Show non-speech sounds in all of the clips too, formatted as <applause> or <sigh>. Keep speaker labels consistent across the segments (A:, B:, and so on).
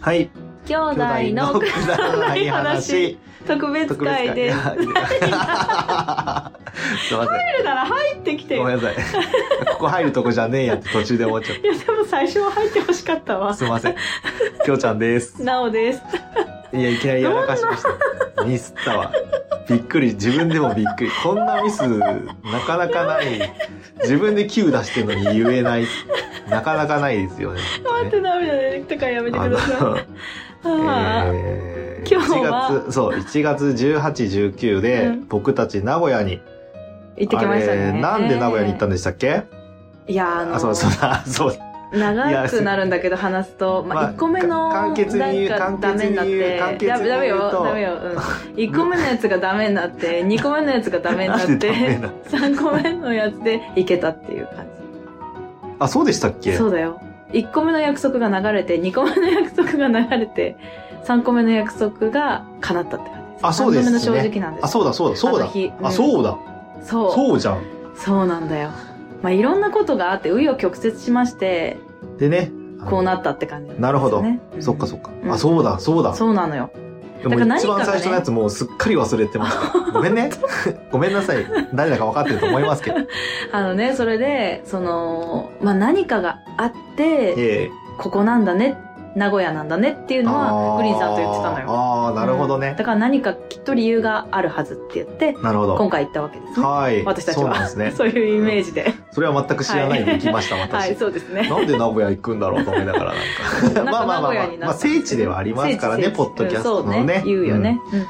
A: はい。
B: 兄弟のくだらない話。特別
A: 特別
B: 会
A: 会
B: で
A: ですす。いやすいませ
B: 入るなら入ってきて
A: ん。ご
B: よい
A: めん
B: や
A: なさい。ここ入るとこじゃねえやって途中で思っちゃっ
B: でも最初は入ってほしかった
A: た。
B: わ
A: すいません。きょうちゃんです。
B: なおです
A: いや、いきなりやらかしました。ミスったわ。びっくり。自分でもびっくり。こんなミス、なかなかない。自分で Q 出してるのに言えない。なかなかないですよね。
B: 待って涙出てきたからやめてください
A: あの
B: あー
A: えー
B: 今日は
A: 1月そう1月18、19で、
B: うん
A: 僕たち名古屋に
B: 行ってきました
A: あれ
B: ね
A: なんで名古屋に行ったんでしたっけ？
B: いやあの
A: あそうそうだそうだ。
B: 長くなるんだけど話すと、まあ、
A: まあ
B: 1個目の
A: か簡潔に言う
B: なんかダメになって
A: 簡潔に言う簡潔に
B: ダメ
A: 言
B: よ
A: うと
B: ダメよ、うん、1個目のやつがダメになって2個目のやつがダメになっ
A: なんでダメ
B: て
A: な
B: 3個目のやつでいけたっていう感
A: あそうでしたっ
B: じ
A: け？
B: そうだよ1個目の約束が流れて2個目の約束が流れて3個目の約束が叶ったって感じです
A: あそうですね
B: 3度目の正直なんです
A: あそうだそうだそう
B: あ
A: だ
B: の。日うん
A: あそうだ
B: そう
A: そうじゃん。
B: そうなんだよまあいろんなことがあって紆余曲折しまして
A: でね。あの
B: こうなったって感じんですよね
A: なるほど
B: うん
A: そっかそっか。
B: うん
A: あそうだそうだ。
B: そうなのよ
A: でも
B: だから何
A: 一番
B: かがね
A: 最初のやつもうすっかり忘れてま
B: <laughs>
A: した。ごめんね。ごめんなさい。誰だか分かってると思いますけ
B: <laughs>
A: ど。
B: あのね、それで、その、まあ、何かがあって、
A: ええ
B: ここなんだね、名古屋なんだねっていうのは、グリーンさんと言ってたのよ。
A: あーあーなるほど
B: うん
A: ね。
B: だから何かきっと理由があるはずって言って、
A: なるほど。
B: 今回行ったわけですね。
A: はい。
B: 私たちは
A: そうなんですね。
B: そういうイメージで。
A: それは全く知らないで行きました、私。
B: はい、そうですね。
A: なんで名古屋行くんだろうと思いながらなんか
B: <laughs> なんか
A: まあまあまあ
B: 名古
A: ま
B: 屋
A: あ、
B: にな
A: まあ、
B: ったん
A: 聖地ではありますから
B: 聖
A: ね
B: 地
A: ポッドキャストのね,、
B: うんそうね。言うよね。うんうん。
A: うん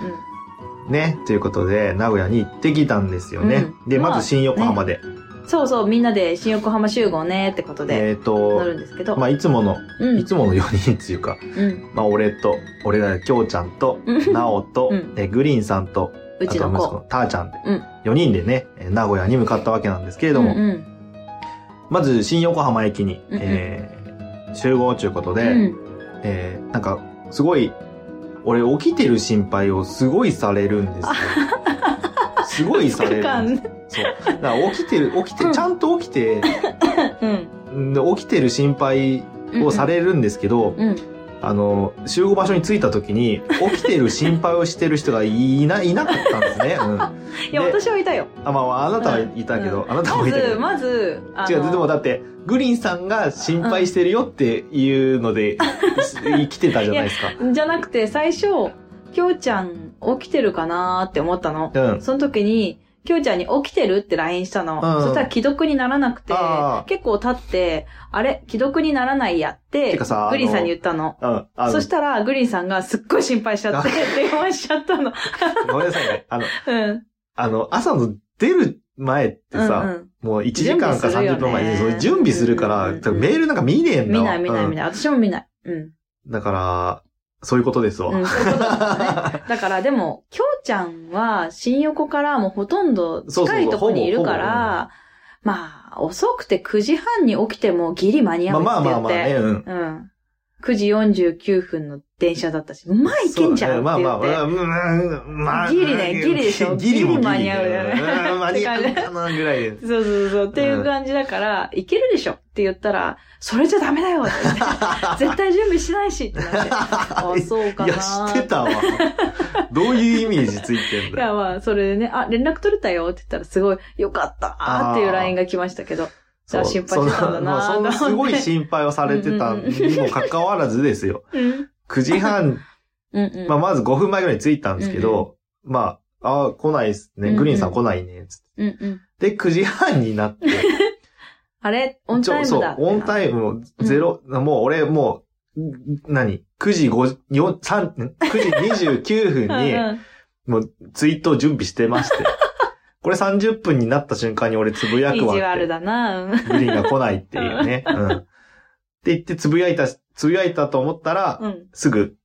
A: ねということで名古屋に行ってきたんですよね、
B: うん
A: で
B: まあ
A: まず新横浜で、
B: そうそう、みんなで新横浜集合ねってことで、
A: えっ、ー、
B: な
A: と
B: るんですけど。
A: まあいつもの
B: うん、
A: いつもの4人っていうか、
B: うん。
A: まあ、俺と俺らきょうちゃんと
B: うん
A: なおと、
B: うん
A: えグリーンさんと
B: う
A: あ
B: ち
A: と
B: の
A: 息子
B: 子
A: の。たーちゃんで、
B: うん
A: 4人でねえー名古屋に向かったわけなんですけれども、
B: うんうん
A: まず新横浜駅に、
B: うんうん
A: えー集合ということで、
B: うん
A: えーなんか、すごい、俺起きてる心配をすごいされるん
B: <laughs>
A: ですよ。すごいされるんです。そう。だから起きてる、起きて、
B: うん
A: ちゃんと起きて、
B: うん。
A: んで起きてる心配をされるんですけど、
B: うん。
A: あの、集合場所に着いた時に、起きてる心配をしてる人がいな、いなかったんですね。うん。あ、
B: いや、
A: で
B: 私はいたよ。
A: まあ、あなたはいたけど、あなた
B: ま
A: もいたけ
B: ず、
A: ど。
B: まず、あ
A: 違
B: の
A: う、でもだって、グリーンさんが心配してるよっていうので、生きてたじゃないですか。
B: じゃなくて、最初、きょうちゃん起きてるかなーって思ったの。
A: うん。
B: その時に、きょうちゃんに起きてるって LINE したの。
A: うん
B: そしたら既読にならなくて
A: あ、ー
B: 結構経って、あれ既読にならないやって、
A: てかさあの
B: グリーンさんに言ったの。
A: うん。あの
B: そしたら、グリーンさんがすっごい心配しちゃって、電話しちゃったの。
A: ごめんなさいね。あの、
B: うん。
A: あの、朝の出る前ってさ、
B: うんうん
A: もう1時間か
B: 準備するよね
A: 30分前にそう準備するから、
B: うんうんうん
A: 多分メールなんか見ねえんだ
B: 見
A: わ
B: ない見ない見ない。私も見ない。うん。
A: うんだから、そういうことですわ。 <laughs>
B: うん、そういうことだね。だからでも、きょうちゃんは新横からもうほとんど近いとこにいるから、まあ、遅くて9時半に起きてもギリ間に合
A: まあ
B: うって
A: まあま
B: 言
A: あ
B: っ
A: まあね、
B: て。
A: うん。
B: うん。9時49分の電車だったし、まあ行けんじゃん
A: そうだね
B: って言
A: まあ
B: っ
A: まあ、
B: て。
A: うんまあ、
B: ギリねギリでしょ
A: ギリもギリ
B: ギリ間に合うよね
A: うん間に合うかなぐらいで。
B: そうそうそう。っていう感じだから、行けるでしょって言ったら、それじゃダメだよ
A: <laughs>
B: って言って絶対準備しないしってなって。あ、そうか
A: い
B: な
A: や、
B: ー
A: 知ってたわ。どういうイメージついてん
B: い
A: だよ。
B: や、まあ、それでね、あ、連絡取れたよって言ったら、すごい、よかったーっていう LINE が来ましたけど。
A: そう
B: 心配してたんだなー
A: そんな、そんなすごい心配をされてたにもかかわらずですよ。
B: うん。
A: 9時半
B: うんうん。
A: まあ、まず5分前ぐらいに着いたんですけど、まあ、ああ、来ないっすね。
B: うんうん
A: グリーンさん来ないね。つっ
B: うんうん。
A: てで、9時半になって。
B: あれオンタイ
A: ちょそ
B: ム
A: う
B: だってな。
A: オンタイムゼロ、もう俺もう、ん何 ?9 時5、4、3、ん9時29分
B: うん
A: にツイートを準備してまして。これ30分になった瞬間に俺つぶや
B: うん。
A: く
B: 意
A: わ
B: 地
A: け。
B: 悪だなうん。
A: グリーンが来ないっていうね。うん。って言ってつぶやいた、つぶやいたと思ったら、
B: うん。
A: すぐ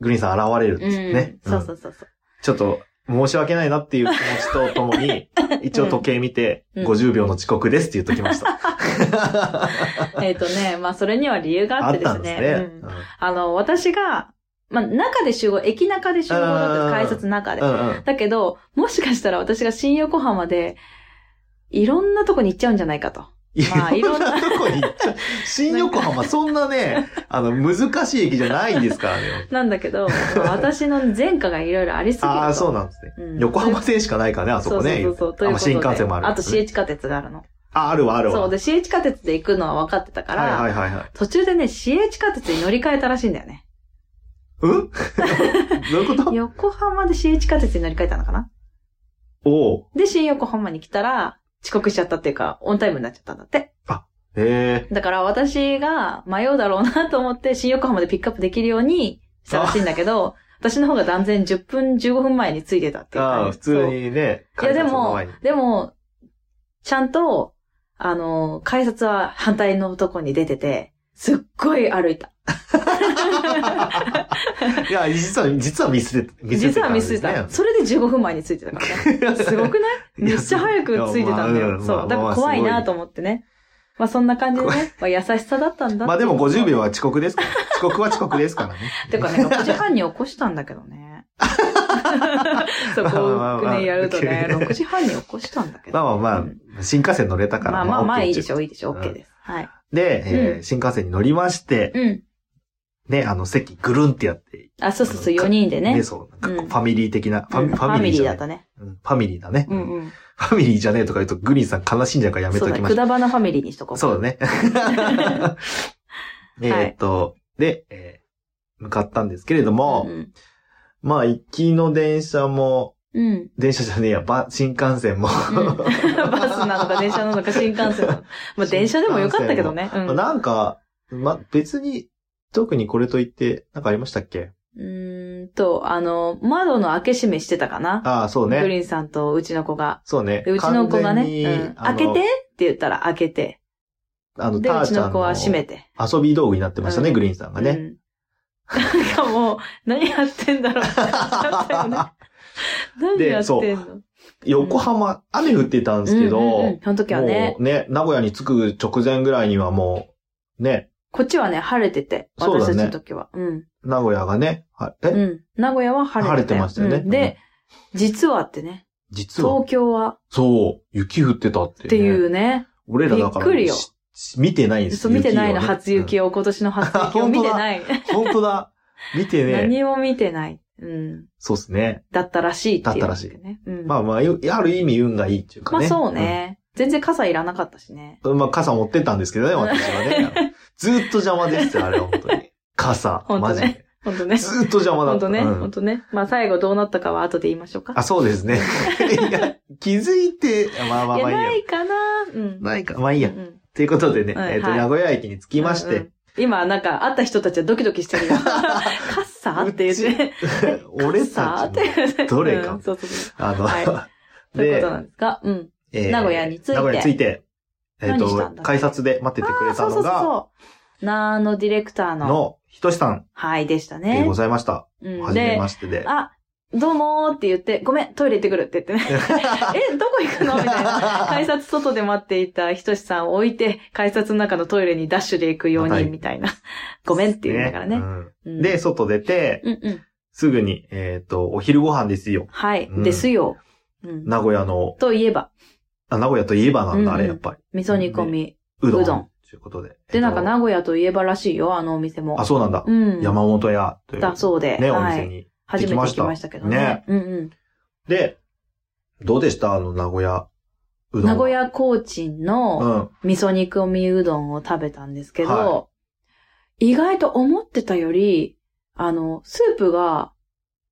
A: グリーンさん現れるん
B: う
A: ですよ
B: ん。
A: ね。
B: そ
A: ん
B: うそうそうそう。
A: ちょっと、申し訳ないなっていう気持ちととも
B: <laughs>
A: に、一応時計見て、
B: うん
A: 50秒の遅刻ですって言っときま <laughs> した。
B: えっとね、まあ、それには理由があ
A: あっ
B: っ
A: て
B: で
A: た
B: す
A: んです
B: ね。
A: ね。
B: うんあの、私が、まあ、中で集合、駅中で集合だったんです改札中で
A: う。んうん。
B: だけど、もしかしたら私が新横浜で、いろんなとこに行っちゃうんじゃないかと。まあ
A: いろんなとこに行っちゃう。新横浜、そんなね、あの、難しい駅じゃないんですからね。
B: なんだ
A: <laughs>
B: けど、私の前科がいろいろありすぎると。
A: ああ、そうなんですね。
B: うん
A: 横浜線しかないからね、あそこね。
B: そうそうそう。という
A: あ
B: こ
A: ま
B: と
A: あ
B: で
A: 新幹線もある
B: あと市営地下鉄があるの。
A: あ、あるわ、あるわ。
B: そう。で、市営地下鉄で行くのは分かってたから、
A: はいはいはいはい。
B: 途中でね、市営地下鉄に乗り換えたらしいんだよ
A: <laughs>
B: ね。
A: うん <laughs> どういうこと
B: 横浜で市営地下鉄に乗り換えたのかな
A: おう
B: で、新横浜に来たら、遅刻しちゃったっていうか、オンタイムになっちゃったんだって。
A: へえ。
B: だから私が迷うだろうなと思って、新横浜でピックアップできるようにしたらしいんだけど、私の方が断然10分、15分前に着いてたっていう感
A: あ
B: じ
A: あ、普通
B: そう
A: にね、
B: いや
A: 改
B: で
A: 札の
B: も
A: 前に。、
B: でも、ちゃんと、あの、改札は反対のとこに出てて、すっごい歩いた。
A: いや、実は、実はミスれ、ミスれて
B: 実
A: た
B: は
A: んで
B: ミ
A: す
B: ス
A: ね。
B: れた。それで15分前についてたからね。
A: <laughs>
B: すごくない
A: い
B: め
A: や
B: っちゃ早くついてたんだ
A: いやま
B: よ。
A: あ
B: そ
A: まあ
B: う。だから怖い
A: まあ
B: な
A: すごい
B: と思ってね。まあそんな感じでね、まあ優しさだったんだ。
A: まあでも50。秒は遅刻ですから。遅刻は遅刻ですから
B: <laughs>
A: ね。
B: てかね、6時
A: <laughs>
B: 半に起こしたんだけどね。そこをね、やるとね、6時半に起こしたんだけ
A: ま
B: ど。
A: あまあまあ、
B: うん
A: 新幹線乗れたから。
B: まあまあまあ
A: OK
B: いいでしょう、いいでしょう、
A: うん
B: OK です。はい。
A: で、えー
B: うん
A: 新幹線に乗りまして、
B: うん。
A: ね、あの、席ぐるんってやって、
B: あ、そうそうそう、4人で
A: ね、
B: ね。
A: そう、なんかこう
B: うん
A: ファミリー的な、
B: うん
A: ファミリーじゃ
B: だ
A: な
B: っ
A: い
B: たね。
A: うんファミリーだね。
B: うん
A: フ
B: うん。
A: ァミリーじゃねえとか言うと、グリーンさん悲しんじゃうからやめ
B: そ
A: と
B: うだ
A: き
B: ね、
A: まし
B: く
A: ょ
B: だばなファミリーにしとこ
A: う。
B: う。。
A: そううだね。
B: <laughs>
A: えーっと、で、えー向かったんですけれども、
B: うん。
A: まあ、行きの電車も、
B: うん。
A: <laughs> 電車じゃねえや、ば新幹線も、
B: うんバスなのか電車なのか新幹
A: <laughs>
B: 線なのか。まあ電車でもよかったけどね。うん。う
A: なんか、ま、別に、特にこれといって、なんかありましたっけ
B: ーんと、あの、窓の開け閉めしてたかな。
A: ああ、そう
B: グ
A: ね。
B: リーンさんとうちの子が。
A: そうね。
B: でうちの子が
A: 完全に
B: ね、うん
A: あ
B: 開
A: の
B: けてって言ったら開けて。
A: あの、
B: で、
A: タ
B: う
A: ー
B: ち
A: ちゃ
B: の
A: ん
B: 子
A: の
B: は閉めて。
A: 遊び道具になってましたね、
B: うん
A: グリーンさんがね。
B: うん。なんかもう、何やってん
A: <laughs>
B: だろうってなったよね。何やってんの
A: 横浜、雨降ってたんですけど、
B: うんうんうんその時はね
A: も、うね、名古屋に着く直前ぐらいにはもう、ね、
B: こっちはね、晴れてて、
A: そう
B: 私
A: だね
B: たちの時は。うん。
A: 名古屋がね、はえ、
B: うん。名古屋は晴れて
A: 晴れてましたよね。
B: うんで、実はってね、
A: うん、実は
B: 東、京は
A: そう、雪降ってたって、ね。
B: っていうね。
A: 俺らだから、
B: びっくりよ
A: し見てないんです
B: そう見てないの、
A: 雪をね
B: 初雪を、今年の初雪
A: <laughs>
B: を
A: 本
B: 見
A: 当だ
B: てない。
A: うん本当だ。見てね、
B: 何も見てない。うん。
A: そうですね。
B: だったらしいっていう、ね。
A: だったらしい。
B: うん。
A: ま
B: まあ、
A: あまあ、よある意味運がいいっていうかね。
B: そうね、全然傘いらなかったしね。
A: うん。まあ傘持ってったんですけどね、私は
B: <laughs>
A: ね。ずーっと邪魔ですよ、あれ、本当に。傘、
B: 本当
A: マ
B: ね
A: ジで。
B: ほんとね。
A: ずーっと邪魔だ
B: ほ
A: っ
B: ん
A: た。
B: とね。
A: うん
B: ほんとね。まあ最後どうなったかは後で言いましょうか。
A: あ、そうです
B: <laughs>
A: ね。いや、気づいて、まあまあ
B: い
A: ま
B: や、
A: あいい
B: な
A: や。
B: いかなうん。
A: ないか、まあいい
B: い
A: や。ということでね、
B: はい
A: えっと、
B: はい
A: 名古屋駅に着きまし
B: うんう
A: て
B: ん、今、なんか、会った人たちはドキドキしてる
A: <laughs>
B: よ。傘って言って。
A: 俺た
B: 傘っ
A: ちの、
B: て言って。
A: どれか
B: うんそうそうそう。
A: あの、 <laughs>
B: はということなんですが、うん。
A: えー
B: 名古屋に着いて
A: 名古屋に着いて、えっ
B: 何した
A: と
B: んだっ、け
A: 改札で待っててくれた
B: そうそ
A: の
B: うそう
A: が、
B: そう。なあのディレクターの。
A: の、ひとしさん
B: はい、でした
A: で
B: ね
A: ご。ざいました。
B: うん
A: はじめ
B: で、
A: ましてで。
B: あ、どうもーって言って、ごめん、トイレ行ってくるって言
A: <laughs>
B: ってね。え、どこ行くのみたいな。改札外で待っていたひとしさんを置いて、改札の中のトイレにダッシュで行く4
A: はい
B: 人みたいな。 <laughs> ごめんって言うんだからね。
A: うん
B: うん
A: で、、外出て、
B: うんうん。
A: すぐに、えっと、お昼ご飯ですよ。
B: はい、
A: うん
B: ですよ。うん。
A: 名古屋の、
B: といえば、
A: あ名古屋といえばなんだ、あ
B: う
A: れ、
B: んう
A: や
B: ん
A: っぱり。
B: 味噌煮込み。
A: うどん。
B: うどん
A: ということで。え
B: で、
A: っと
B: なんか名古屋といえばらしいよ、あのお店も
A: あ、。そうなんだ。
B: うん。
A: 山本屋という。
B: だそうで。
A: ね、お
B: は
A: 店
B: い。
A: に。
B: 初めて行きましたけどね
A: ね。
B: うんうん。
A: で、どうでしたあの、名古屋、うどんは。
B: 名古屋コーチンの、
A: うん。
B: 味噌煮込みうどんを食べたんですけど、
A: は
B: 意外と思ってたより、あの、スープが、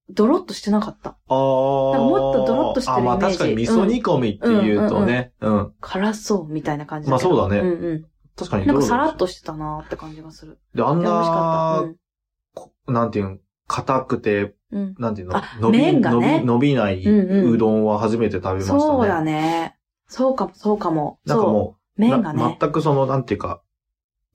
B: ドロッとしてなかった。
A: ああ。
B: もっとドロッとしてるイメ
A: あ、まあ
B: ージ
A: 確かに味噌煮込みっていうとね。うん。
B: 辛そうみたいな感じ
A: まあそう
B: だ
A: だ
B: けど
A: ね。
B: うんう
A: 確か
B: ん。
A: に。
B: なんかさらっ。としてたなーって感じがする。
A: で、あん
B: で美味しか
A: な
B: っ、
A: こなんていうん、硬くて、
B: た。うん。うん
A: なんていうの
B: あ麺がね
A: 伸び、伸びないう
B: うんうん
A: うどんは初めて食べましたね。
B: そうだね。そうかも、そうかも。
A: なんかも
B: そ
A: う、
B: う。麺が
A: な
B: ね。
A: 全くその、なんていうか、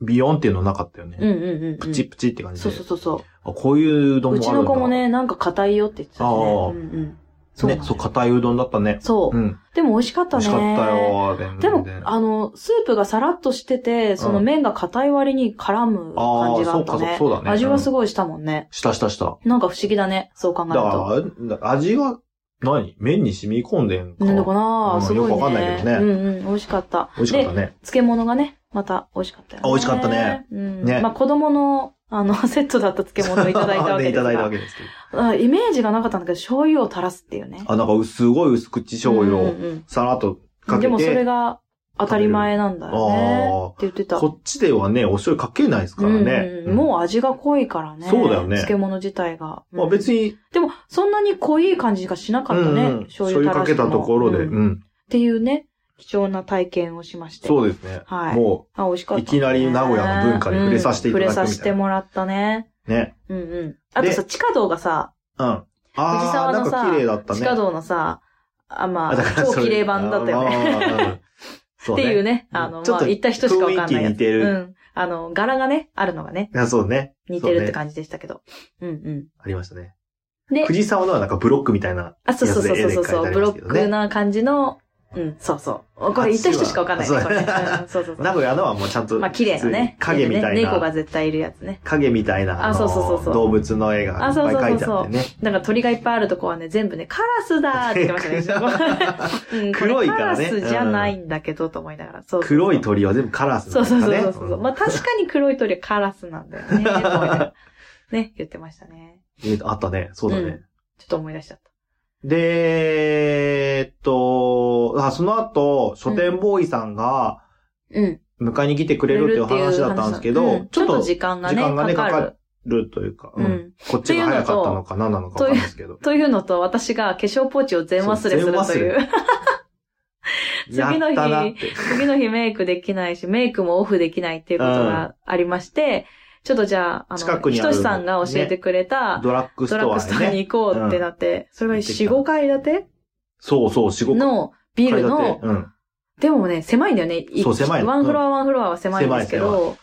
A: ビヨンっていうのなかったよね。
B: うんうんうん。
A: プチ。プチって感じで。
B: そうそうそうそう。
A: あこういううどんもある
B: う
A: だ
B: んちの子も。ね、なんか硬いよって言ってたしね。
A: あ
B: う
A: ー
B: んうん。そうなん
A: ね、
B: だよ
A: そう、硬いうどんだったね。
B: そうう。
A: ん。
B: でも美味しかった
A: 美
B: ね。
A: 味しかったよ、全然
B: でも、あの、スープがさらっとしてて、その麺が硬い割に絡む
A: あ
B: 感
A: あ、
B: じがあ
A: そう
B: った
A: か、そう
B: ね。
A: そうだね。
B: 味はす
A: ごい。
B: ごいしたもんね。
A: したしたした。
B: なんか不思議だね。そう考え
A: だ
B: ると。
A: から、味が何麺に染み込んでんか。
B: なんだかな、
A: うん
B: すごい、ね。
A: よくわかんないけどね
B: うんうん、美味しかった。
A: 美味しかった
B: で、
A: ね。
B: 漬物がね、また美味しかったよ、
A: あ
B: ね。
A: 美味しかったね。
B: うん。
A: ね
B: まあ子供の、あの、 <laughs> セットだった漬
A: <laughs>
B: 物をいただいたわ
A: で
B: けで
A: い
B: す
A: ただ
B: が
A: いたわけですけど。
B: あイメージがなかったんだけど、醤油を垂らすっていうね。
A: あ、なんかすごい薄口醤油
B: うん
A: を
B: うん
A: さらっと
B: う
A: か
B: ん。
A: けて。
B: でもそれが当たり前なんだよね。って言ってた。
A: こっちではね、お醤油かけないですからね。
B: うんうん、もう味が濃いからね。
A: そうだよね
B: 漬物自体が。
A: まあ別
B: に。
A: に、
B: でも、そんなに濃い感じがしなかったね。
A: うんうん醤
B: 醤油
A: 油
B: 垂
A: から
B: して
A: け
B: も
A: たところで、
B: う
A: うんん、
B: っていうね、貴重な体験をしまして。
A: そうですね。
B: はい
A: も
B: あ、美味しかった、
A: いきなり名古屋の文化に触れさせていただくみたいな
B: うん触れさせてもらったね。
A: う、ね。
B: うんうん。あとさ、地下道がさ、
A: うん。あ
B: 藤
A: あ
B: 沢、
A: な
B: の
A: ん
B: さ
A: か綺麗だったね。
B: 地下道のさ、あ、まあ、
A: あだから
B: 超
A: それ
B: 綺麗版だったよね。
A: あーうんそう
B: って
A: ね。
B: いうね、
A: うん
B: あの、
A: ちょ
B: ま
A: っと
B: あ、行った人しかわかんないやつ。
A: 雰囲気似てる
B: うん。あの、柄がね、あるのがね、
A: いやそうね。
B: 似てる
A: そう
B: っ
A: ね
B: て感じでしたけど。うんうん。
A: ありましたね。
B: で、
A: 藤沢のはなんかブロックみたいな。
B: あ、そうそうそうそうそうそう、
A: やつで
B: ブ
A: 絵で
B: ロ
A: 描いてありますけ
B: ッ
A: どね
B: クな感じの、うん、そうそう。これ行った人しかわかんないね、
A: あ
B: こ
A: そう
B: れ
A: だ
B: ね。うんそうそうそう。
A: 名古屋のはもうちゃんと、
B: まあ、綺麗なね。
A: 普通に影みたいな、
B: ね猫が絶対いるやつね。
A: 影みたいな、
B: あ
A: の
B: そうそうそうそう
A: 動物の絵がいっぱい描いてあってね。
B: なんか鳥がいっぱいあるとこはね、全部ね、カラスだーって言ってました
A: <laughs>
B: ね。うん、これ
A: 黒いからね
B: カラスじゃないんだけど、と思いながら。そうそうそう
A: 黒い鳥は全部カラス
B: そ
A: な
B: うんそ
A: だ
B: う
A: ね。
B: そうそうそう。まあ確かに黒い鳥はカラスなんだよ
A: <laughs>
B: ね。と思いながらね、言ってましたね。
A: えっとあったね。そうだね。
B: ちょっと思い出しちゃっ
A: で、えっと、あその後、書店ボーイさんが
B: た。うん。
A: 迎えに来てくれるっていう話だったんですけど、
B: うんちょっと時間がね、
A: 時間がね
B: かか
A: か
B: る
A: か。るというか、
B: う
A: うん
B: ん。
A: こっちが早かったのか何なのかわかんないですけど。
B: というのと、私が化粧ポーチを全忘れするという。
A: や
B: 次の日
A: ったなって。
B: 次の日メイクできないし、メイクもオフできないっていうことがありまして、ちょっとじゃあ、あ
A: 近
B: の、
A: く
B: ひ
A: にある
B: としさんが教えてくれた、
A: ドラッグ
B: ド
A: ス
B: ラッ
A: ト
B: グ
A: ア
B: ストア
A: でね。
B: に行こうってなって、それが4、5階建て
A: そうそう、仕事。
B: のビルの、
A: うん。
B: でもね、狭いんだよね。一
A: そう狭い
B: ワンフロアワンフロアは狭いんですけど、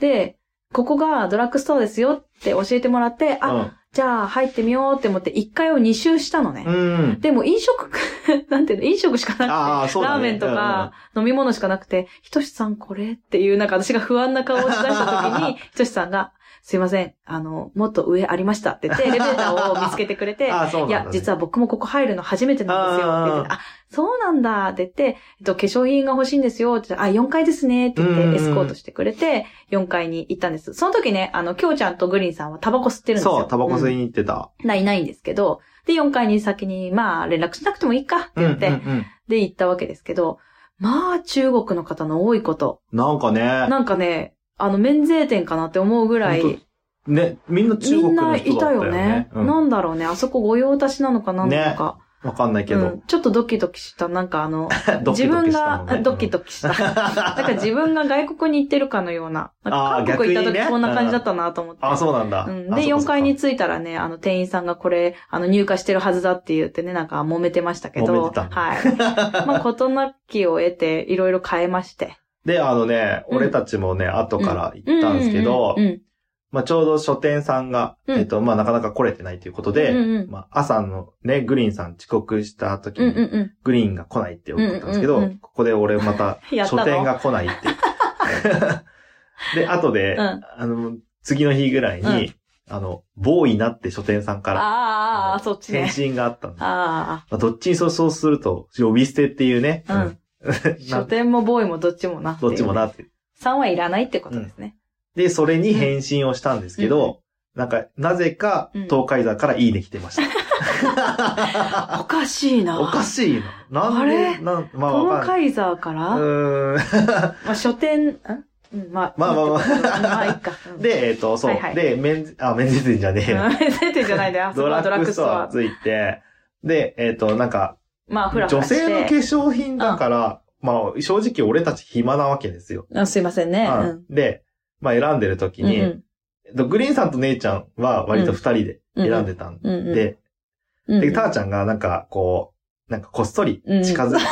B: で、ここがドラッグストアですよって教えてもらって、あ、じゃあ入ってみようって思って1階を2周したのね
A: う。ん。うん。
B: でも飲食、 <laughs> なんていうの、飲食しかなくて。
A: ああ、そうだね。
B: ラーメンとか飲み物しかなくて、ひとしさんこれっていう、なんか私が不安な顔をしだした
A: <laughs>
B: 時に、ひとしさんが、すいません、あの、もっと上ありましたって言って、エレベーターを見つけてくれ
A: う <laughs>
B: て
A: ん、、ああ、そうなん
B: い
A: だ、ね。
B: や、実は僕もここ入るの初めてなんですよ。って言って、あ、そうなんだって言って、えっと、化粧品が欲しいんですよって言って、あ、4階ですねって
A: うん
B: 言
A: うん
B: っ
A: うん
B: て、エスコートしてくれて、4階に行ったんです。その時ね、あの、きょうちゃんとグリーンさんはタバコ吸ってるんですよ。
A: そう、タバコ吸いに行ってた。
B: うんないないんですけど、で、4階に先に、まあ、連絡しなくてもいいかって言って、
A: うんうんうん
B: で、行ったわけですけど、まあ、中国の方の多いこと。
A: なんかね、
B: なんかね、あの、免税店かなって思うぐらい、
A: ほんとね、みんな中
B: み
A: 国
B: んな
A: の
B: い
A: 人
B: た
A: だった
B: よ
A: よ
B: ね
A: ね。。うん
B: なんだろうね、あそこ御用達なのかなんなのか。
A: わかんないけ
B: う
A: ど
B: ん。、ちょっとドキドキした。なんかあの、
A: <laughs> ドキ
B: 自
A: ドキ
B: 分
A: した
B: が
A: もんね、
B: ドキドキした。なん
A: か
B: か自分が外国に行ってるかのような。
A: あ
B: 韓
A: ー
B: 国行った
A: 逆に
B: 時
A: ね
B: こんな感じだったなと思って。
A: <laughs> あ、そうなんだ。
B: うん
A: あ
B: で、
A: そっかそっ
B: 4
A: か
B: 階に着いたらね、あの、店員さんがこれ、あの、入荷してるはずだって言ってね、なんか揉めてましたけど。
A: 揉めてた <laughs>
B: はい。まあ、事なきを得て、いろいろ変えまして。
A: で、あのね、
B: うん
A: 俺たちもね、後から行ったんですけど
B: う、ん。
A: まあちょうど書店さんが、
B: うん
A: えっと、まあなかなか来れてないということで、
B: うんうん
A: まあ朝のね、グリーンさん遅刻した時
B: うんうん
A: に、
B: う
A: グリーンが来ないって送ったんですけど、
B: うんうんうん
A: ここで俺また
B: ん。やった
A: 書
B: の
A: 店が来ないって。 <laughs> で、後で、
B: うん
A: あの、次の日ぐらいに、あの、ボーイなって書店さんから、
B: あーあーあ
A: あ
B: ー、
A: の
B: そっち
A: 返
B: ね。
A: 信があったんで、ま
B: あ
A: あ、どっちにそうそうすると、呼び捨てっていうね、
B: あああ、うん。 <laughs>
A: な
B: 書店もボーイもどっちもな。
A: どっちも。なって。
B: 3はいらないってことですね。
A: で、それに返信をしたんですけど、なんか、なぜか
B: うん、
A: 東海座からいいね来てま
B: <laughs>
A: した。
B: おかしいな。
A: おかしいな。な
B: あ
A: ん
B: れ
A: で、なんまあ、わ
B: 東
A: かんない。
B: 海沢から、
A: うーん。 <laughs>
B: まあ、書店、んうん、まあ、
A: まあまあまあ
B: いいってことまあ、いいか。うん、
A: <laughs> で、えっと、そう。
B: はいはい
A: で、メンズ、あ、メンズ店じゃねえよ。
B: <laughs> 出てじゃないで、あそ
A: ド
B: こは
A: ラ
B: ドラッ
A: ッ
B: グ
A: グ
B: ス
A: ス
B: ト
A: ト
B: ア
A: ア。ついて、で、えっ、と、なんか、
B: まあ、ふらふ
A: 女
B: らして。
A: 性の化粧品だから、まあ、正直俺たち暇なわけですよ。
B: あすいませんね。
A: うんで、まあ、選んでる時
B: うん。
A: に、えっとグリーンさんと姉ちゃんは割と二人で
B: うん
A: 選んでたんで、
B: うんうん
A: で、
B: うんうん
A: ターちゃんがなんか、こう、なんかこっそり近
B: <laughs>
A: づいて、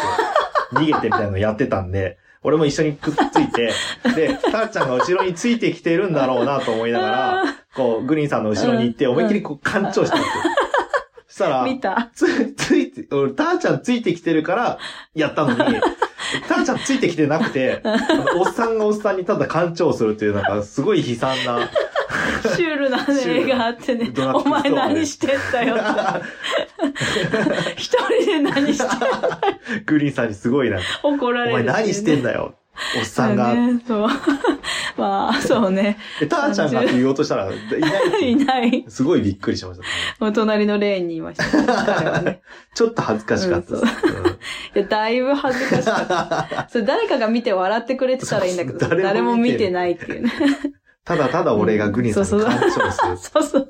A: 逃げてみたいなのやってたんで、俺も一緒にくっついて、で、ターちゃんが後ろについてきてるんだろうなと思いなが
B: <laughs>
A: ら、こう、グリーンさんの後ろに行って、
B: うん
A: 思いっきりこう、干潮したん
B: <laughs>
A: ですよ。そした
B: あー
A: ら、
B: 見た。
A: つ、ついて、俺、ターちゃんついてきてるから、やったの
B: <laughs>
A: に、ターちゃんついてきてなくて、あのおっさんがおっさんにただ干潮するという、なんか、すごい悲惨な、
B: シュールな
A: シュール
B: 映画あってね
A: ドラッ、グ
B: お
A: ストア
B: 前
A: で
B: 何してんだよって。一人で何して
A: <laughs> グリーンさんにすごいな。
B: 怒
A: お
B: られる
A: 前何してん
B: だ
A: だよ。おっさんが。
B: ね、そう。まあ、そうね。
A: えターちゃんがって言おうとしたら、いない
B: い
A: って。
B: <laughs> ない。
A: すごいびっくりしました。
B: お隣のレーンにいましたね、彼はね。
A: ちょっと恥ずかしかったです。うん
B: いや、だいぶ恥ずかしか
A: <laughs>
B: った。それ誰かが見て笑ってくれてたらいいんだけど、
A: そうそう
B: 誰
A: 誰
B: も
A: も
B: 見
A: 見
B: て
A: て
B: な
A: ない
B: っていう <laughs> ね。
A: ただただ俺がグリーンさんに感謝をする。
B: そうそう。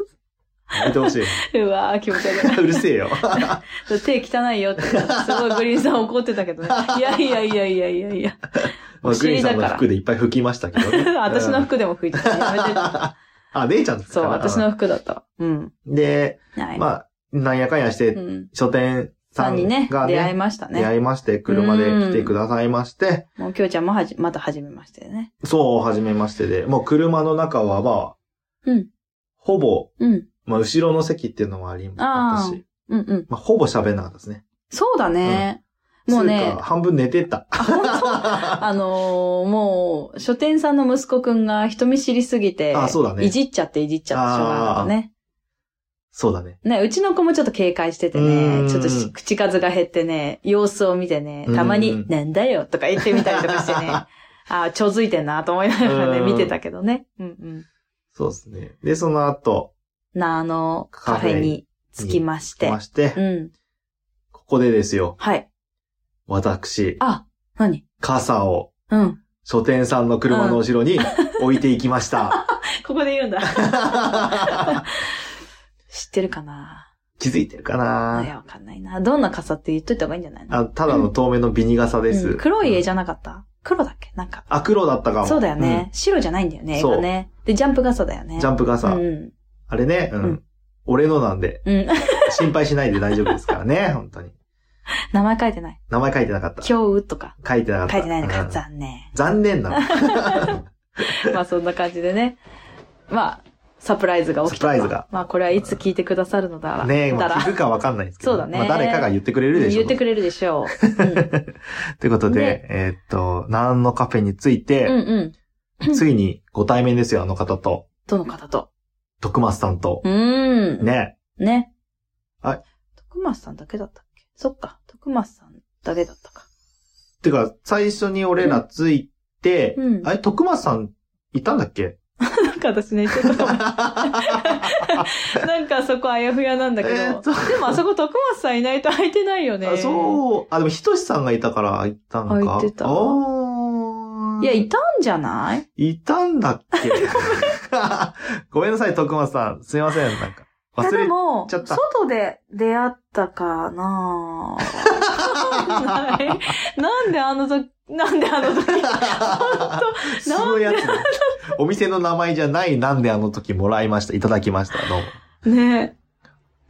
A: やめてほしい。
B: うわー気持ち悪
A: うるせえ
B: <laughs>
A: よ。
B: い。手汚いよって。すごいグリーンさん怒って
A: <laughs>
B: たけどね。いやいやいやいやいやいや。
A: まあ、
B: お
A: グリー
B: 尻
A: ンさ
B: だ
A: ん
B: か
A: の
B: ら
A: 服でいっぱい拭きましたけどね。
B: <laughs> 私の服でも拭いてた。やめて。
A: あ、姉ちゃんですか
B: そう、私の
A: あ
B: 服だったわ。うん。
A: で、
B: はい。
A: まあ、なんやかんやして、
B: うん。
A: 書店
B: さ
A: さ
B: ん
A: ん
B: にね、
A: がね、
B: 出会いました
A: 出
B: ね。
A: 会いまして、車で来てくださいまして、
B: もう、きょうちゃんもはじ、また始めましてね。
A: そう、初めましてで、もう車の中はまあ、
B: うん
A: ほぼ、
B: うん。
A: まあ、後ろの席っていうのもありま
B: あー
A: したし、
B: うんうん。
A: まあ、ほぼ喋んなかったですね。
B: そうだね。もう
A: つ
B: ね
A: か、半分寝てた。 <laughs>
B: あのーもう、書店さんの息子くんが人見知りすぎて、
A: あそうだね
B: いじっちゃっていじっちゃってしょうがなかったね。
A: そうだね。
B: ね、うちの子もちょっと警戒してて
A: う
B: ね、
A: ん
B: ちょっとし口数が減ってね、様子を見てね、たま
A: う
B: に、
A: ん
B: なんだよとか言ってみたりとかして
A: <laughs>
B: ね、ああ、ちょづいてんなと思いながらね、
A: うん
B: 見てたけどね。うんうん。
A: そうですね。で、その後、
B: な、あの、カ
A: カ
B: フ
A: フ
B: ェ
A: ェ
B: に
A: に
B: 着きまし
A: 来
B: て。
A: まして、
B: うん。
A: ここでですよ、
B: はい。
A: 私、
B: あ、何
A: 傘を
B: うん。
A: 書店さんの車の後ろに置いていきま
B: <laughs>
A: した。
B: ここで言うんだ。知ってるかな
A: 気づいてるか
B: い
A: な
B: や、わかんないな。どんな傘って言っといた方がいいんじゃないの
A: あただの透明のビニ傘です。
B: うん黒い絵じ
A: ゃん。
B: ゃなかった黒だっけなんか。
A: あ、黒だったかも。
B: そうだよね、白じゃないんだよね、絵
A: そう
B: がね。で、ジャンプ傘だよ
A: う
B: ね。
A: ん。ジャンプ傘。
B: うん。
A: あれね、うん、
B: うん
A: 俺のなんで、
B: うん。 <laughs>
A: 心配しないで大丈夫ですからね、本当に。
B: 名前書いてない。
A: 名前書いてなかった。
B: 今日とか。
A: 書いてなかった。
B: 書いてないのか、
A: うん
B: 残念。
A: 残念なの。
B: まあそんな感じでね。まあ、サプライズが起きた
A: サ
B: と。
A: プライズが
B: まあこれはいつ聞いてくださるのだら。
A: ねえ、ま
B: <laughs> だ
A: あ、
B: ら
A: 聞くかわかんないですけど。
B: そうだね
A: まあ、誰かが言ってくれるでしょ
B: 言ってくれるでしょ
A: <laughs>
B: う。うん
A: ということで
B: で、
A: えーっと、何のカフェについ
B: うん
A: て、
B: うん。
A: ついにご対面ですよ、あの方と、
B: どの方と。
A: 徳松さんと。
B: うーん。。
A: ね。
B: ね。
A: はい。
B: 徳松さんだけだったっけそっか。徳松さんだけだったか。
A: てか、最初に俺らついて、
B: うんうん
A: あれ、徳松さん、いたんだっけ
B: なんか私ね、ちょっ
A: <laughs>
B: と、なんかそこあやふやなんだけど。
A: えーっと
B: でもあそこ徳松さんいないと空いてないよね。
A: あそう。あ、でも、ひとしさんがいたから、いたのか。
B: あいてた
A: あー
B: いや、いたんじゃない
A: いたんだっけ <laughs> ごめんなさい、徳松さん。すいません、なんか。
B: いや
A: 忘れ
B: で
A: <laughs>
B: も、
A: ちゃった
B: 外で出会ったかなないなんであの時、なんであの時。
A: <laughs> そのやつね。 <laughs> お店の名前じゃない、なんであの時もらいました。いただきました。ど
B: ね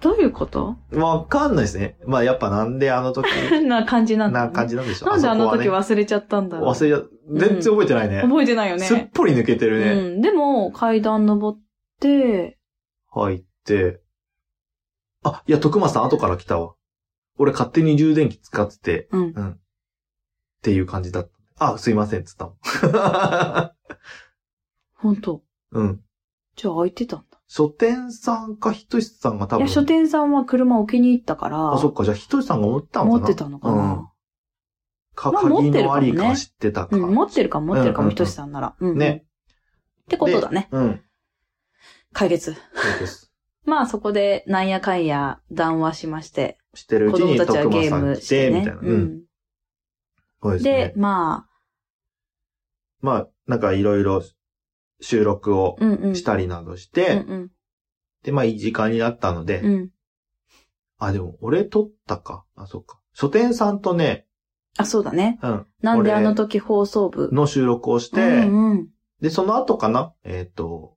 B: どういうこと
A: うも。わかんないですね。まあ、やっぱなんであの時、
B: な感じ <laughs> なんだ、
A: な感じなんでしょう。
B: なんであの
A: そこは
B: 時
A: ね
B: 忘れちゃったんだろう。
A: 忘れちゃっ全然覚えてないね。
B: 覚えてないよ
A: すっ
B: ね。
A: ぽり抜けてる
B: う
A: ね。
B: ん。でも、階段登って、
A: 入って。あ、いや、徳松さん後から来たわ。俺勝手に充電器使ってて、
B: うん。
A: っていう感じだった。あ、すいません、つったもん。
B: 本当
A: うん。 <laughs>
B: じゃあ空いてたんだ。
A: 書店さんかひとしさんが多
B: い
A: 分。
B: や、書店さんは車置きに行ったから、
A: あ、そっか。じゃあひとしさんが持ってたのかな
B: 持ってたのかな。
A: か、
B: まあ持っ
A: 鍵
B: てるかも
A: のあ
B: ね
A: りか知ってたか。
B: うん、持ってるかも持ってるか
A: うんうんうん
B: も、ひとしさんなら。うんうん。
A: ね
B: ってことだね。
A: うん。
B: 解決。
A: そうです。
B: まあそこで、なんやかんや談話しまして、
A: 知ってるう
B: 子
A: ち
B: 供
A: に
B: たちは
A: 徳松
B: ゲー
A: さん
B: ム
A: 来
B: して
A: て、み
B: ね
A: たいな。。
B: う
A: うん。
B: ん。
A: そうです
B: で
A: ね、。
B: ま
A: まあ、なんかいろいろ収録を
B: あ、うんうん。
A: したりなどし
B: うん
A: て、
B: うん。
A: で、まあいい時間になったので、
B: うん。
A: あ、でも俺撮ったか。あ、そっか。書店さんとね、
B: あ、そうだね。
A: うん、
B: なんで
A: 俺
B: あの時放送部。
A: の収録をして、
B: うんうん。
A: で、その後かなえっ、と、